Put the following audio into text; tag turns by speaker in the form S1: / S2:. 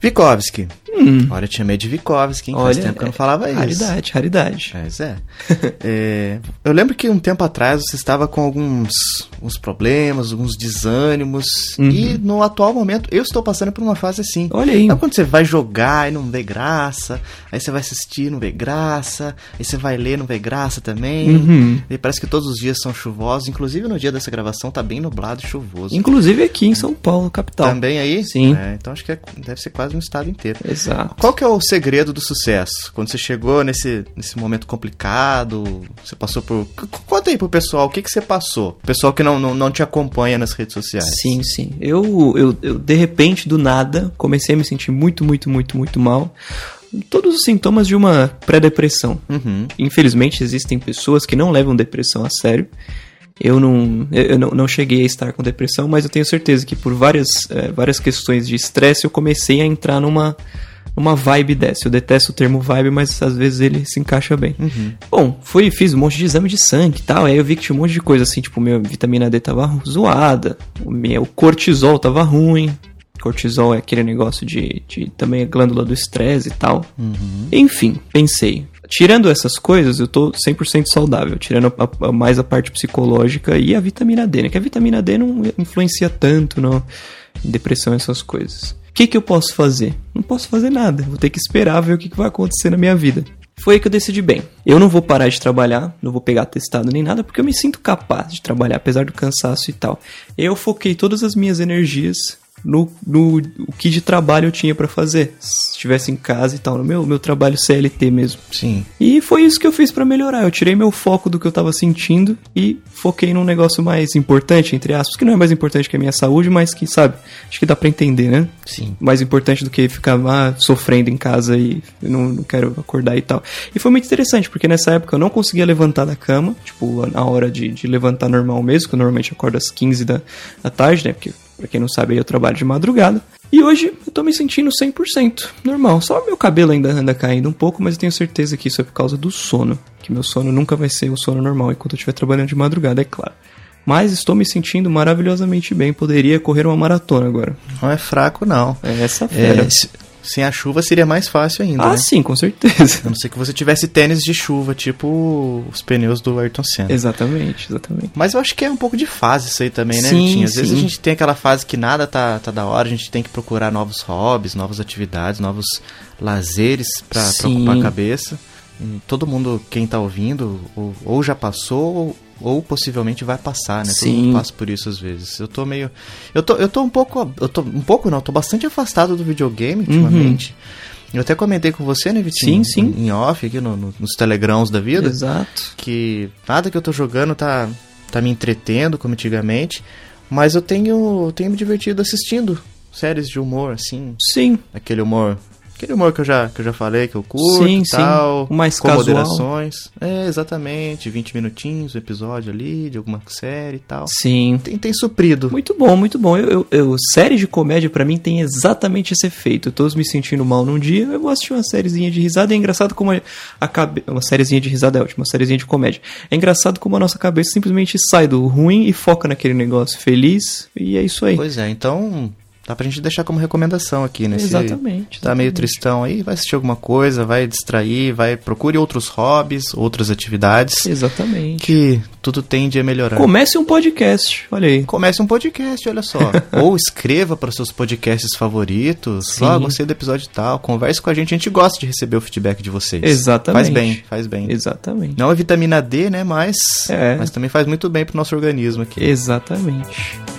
S1: Vikovski.
S2: Hum.
S1: Olha, eu te chamei de Vikovski, hein? Faz
S2: Olha,
S1: tempo que eu não falava
S2: é,
S1: isso.
S2: Raridade, raridade.
S1: Mas é. É, Eu lembro que um tempo atrás você estava com alguns uns problemas, alguns desânimos.
S2: Uhum.
S1: E no atual momento eu estou passando por uma fase assim.
S2: Olha aí.
S1: Sabe quando você vai jogar e não vê graça? Aí você vai assistir e não vê graça. Aí você vai ler e não vê graça também.
S2: Uhum.
S1: E parece que todos os dias são chuvosos. Inclusive no dia dessa gravação tá bem nublado e chuvoso.
S2: Inclusive aqui em São Paulo, capital.
S1: Também aí?
S2: Então, Sim.
S1: É, então acho que é- deve ser quase no estado inteiro.
S2: Exato.
S1: Qual que é o segredo do sucesso? Quando você chegou nesse, nesse momento complicado, você passou por. C- Conta aí pro pessoal o que, que você passou. Pessoal que não, não, não te acompanha nas redes sociais.
S2: Sim, sim. Eu, eu, eu, de repente, do nada, comecei a me sentir muito, muito, muito, muito mal. Todos os sintomas de uma pré-depressão.
S1: Uhum.
S2: Infelizmente, existem pessoas que não levam depressão a sério. Eu não, eu eu não, não cheguei a estar com depressão, mas eu tenho certeza que por várias, eh, várias questões de estresse eu comecei a entrar numa, numa vibe dessa. Eu detesto o termo vibe, mas às vezes ele se encaixa bem. Bom, fui, fiz um monte de exame de sangue e tal, aí eu vi que tinha um monte de coisa assim, tipo, minha vitamina D tava zoada, o meu cortisol tava ruim. Cortisol é aquele negócio de, de também a glândula do estresse e tal. Enfim, pensei. Tirando essas coisas, eu tô 100% saudável. Tirando a- a- mais a parte psicológica e a vitamina D, né? Que a vitamina D não influencia tanto no, em depressão e essas coisas. O que, que eu posso fazer? Não posso fazer nada. Vou ter que esperar ver o que, que vai acontecer na minha vida. Foi aí que eu decidi bem. Eu não vou parar de trabalhar, não vou pegar testado nem nada, porque eu me sinto capaz de trabalhar, apesar do cansaço e tal. Eu foquei todas as minhas energias no, no o que de trabalho eu tinha pra fazer. Se estivesse em casa e tal, no meu, meu trabalho CLT mesmo.
S1: Sim.
S2: E foi isso que eu fiz pra melhorar. Eu tirei meu foco do que eu tava sentindo e foquei num negócio mais importante, entre aspas, que não é mais importante que a minha saúde, mas que, sabe, acho que dá pra entender, né?
S1: Sim.
S2: Mais importante do que ficar lá sofrendo em casa e eu não, não quero acordar e tal. E foi muito interessante, porque nessa época eu não conseguia levantar da cama, tipo, na hora de, de levantar normal mesmo, que eu normalmente acordo às 15 da, da tarde, né? Porque, pra quem não sabe, aí eu trabalho de madrugada. E hoje eu tô me sentindo 100% normal. Só meu cabelo ainda anda caindo um pouco, mas eu tenho certeza que isso é por causa do sono. Que meu sono nunca vai ser o sono normal enquanto eu estiver trabalhando de madrugada, é claro. Mas estou me sentindo maravilhosamente bem. Poderia correr uma maratona agora.
S1: Não é fraco, não.
S2: É essa
S1: É,
S2: fera.
S1: se- sem a chuva seria mais fácil ainda.
S2: ah,
S1: né?
S2: sim, com certeza.
S1: A não ser que você tivesse tênis de chuva, tipo os pneus do Ayrton Senna.
S2: exatamente, exatamente.
S1: Mas eu acho que é um pouco de fase isso aí também, né,
S2: Sim,
S1: Vitinho? Às vezes a
S2: sim.
S1: gente tem aquela fase que nada tá, tá da hora, a gente tem que procurar novos hobbies, novas atividades, novos lazeres pra, pra
S2: Sim.
S1: ocupar a cabeça. E todo mundo, quem tá ouvindo, ou, ou já passou, ou, ou possivelmente vai passar, né? Todo
S2: Sim.
S1: mundo passa por isso às vezes. Eu tô meio. Eu tô, eu tô um pouco. Eu tô um pouco não, eu tô bastante afastado do videogame ultimamente. Eu até comentei com você, né, Vitinho?
S2: Uhum. Sim, sim.
S1: Em off aqui no- no- nos telegrãos da vida
S2: Exato.
S1: que nada que eu tô jogando tá, tá me entretendo como antigamente, mas eu tenho, tenho me divertido assistindo séries de humor, assim,
S2: Sim,
S1: aquele humor, aquele humor que eu já, que eu já falei, que eu curto
S2: Sim,
S1: e
S2: sim,
S1: tal,
S2: o mais
S1: com
S2: casual.
S1: moderações. É, exatamente, 20 minutinhos, um episódio ali, de alguma série e tal.
S2: sim.
S1: Tem, tem suprido.
S2: Muito bom, muito bom. Eu, eu, eu- série de comédia pra mim tem exatamente esse efeito. Eu tô me sentindo mal num dia, eu vou assistir uma sériezinha de risada. E é engraçado como a, a cabe... uma sériezinha de risada é ótima, uma sériezinha de comédia. É engraçado como a nossa cabeça simplesmente sai do ruim e foca naquele negócio feliz e é isso aí.
S1: Pois é, então dá pra gente deixar como recomendação aqui nesse...
S2: Exatamente.
S1: Tá meio
S2: exatamente.
S1: tristão aí, vai assistir alguma coisa, vai distrair, vai procure outros hobbies, outras atividades.
S2: Exatamente.
S1: que tudo tende a melhorar.
S2: Comece um podcast, olha aí.
S1: Comece um podcast, olha só. Ou escreva para seus podcasts favoritos.
S2: Sim.
S1: Ó, gostei do episódio tal. Converse com a gente. A gente gosta de receber o feedback de vocês.
S2: Exatamente.
S1: Faz bem, faz bem.
S2: Exatamente.
S1: Não é vitamina D, né? Mas,
S2: É.
S1: mas também faz muito bem pro nosso organismo aqui.
S2: Exatamente.